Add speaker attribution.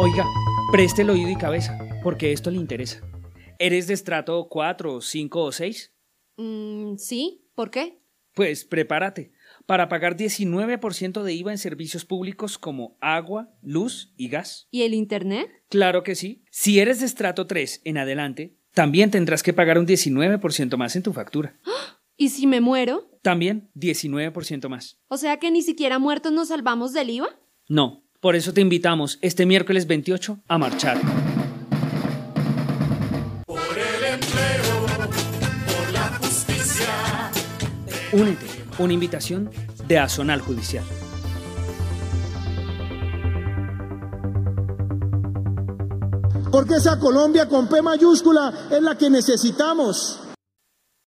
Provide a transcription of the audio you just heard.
Speaker 1: Oiga, preste el oído y cabeza, porque esto le interesa. ¿Eres de estrato 4, 5 o 6?
Speaker 2: Mm, sí, ¿por qué?
Speaker 1: Pues prepárate para pagar 19% de IVA en servicios públicos como agua, luz y gas.
Speaker 2: ¿Y el Internet?
Speaker 1: Claro que sí. Si eres de estrato 3 en adelante, también tendrás que pagar un 19% más en tu factura.
Speaker 2: ¿Y si me muero?
Speaker 1: También 19% más.
Speaker 2: O sea que ni siquiera muertos nos salvamos del IVA.
Speaker 1: No, por eso te invitamos este miércoles 28 a marchar. Únete, una invitación de Azonal Judicial.
Speaker 3: Porque esa Colombia con P mayúscula es la que necesitamos.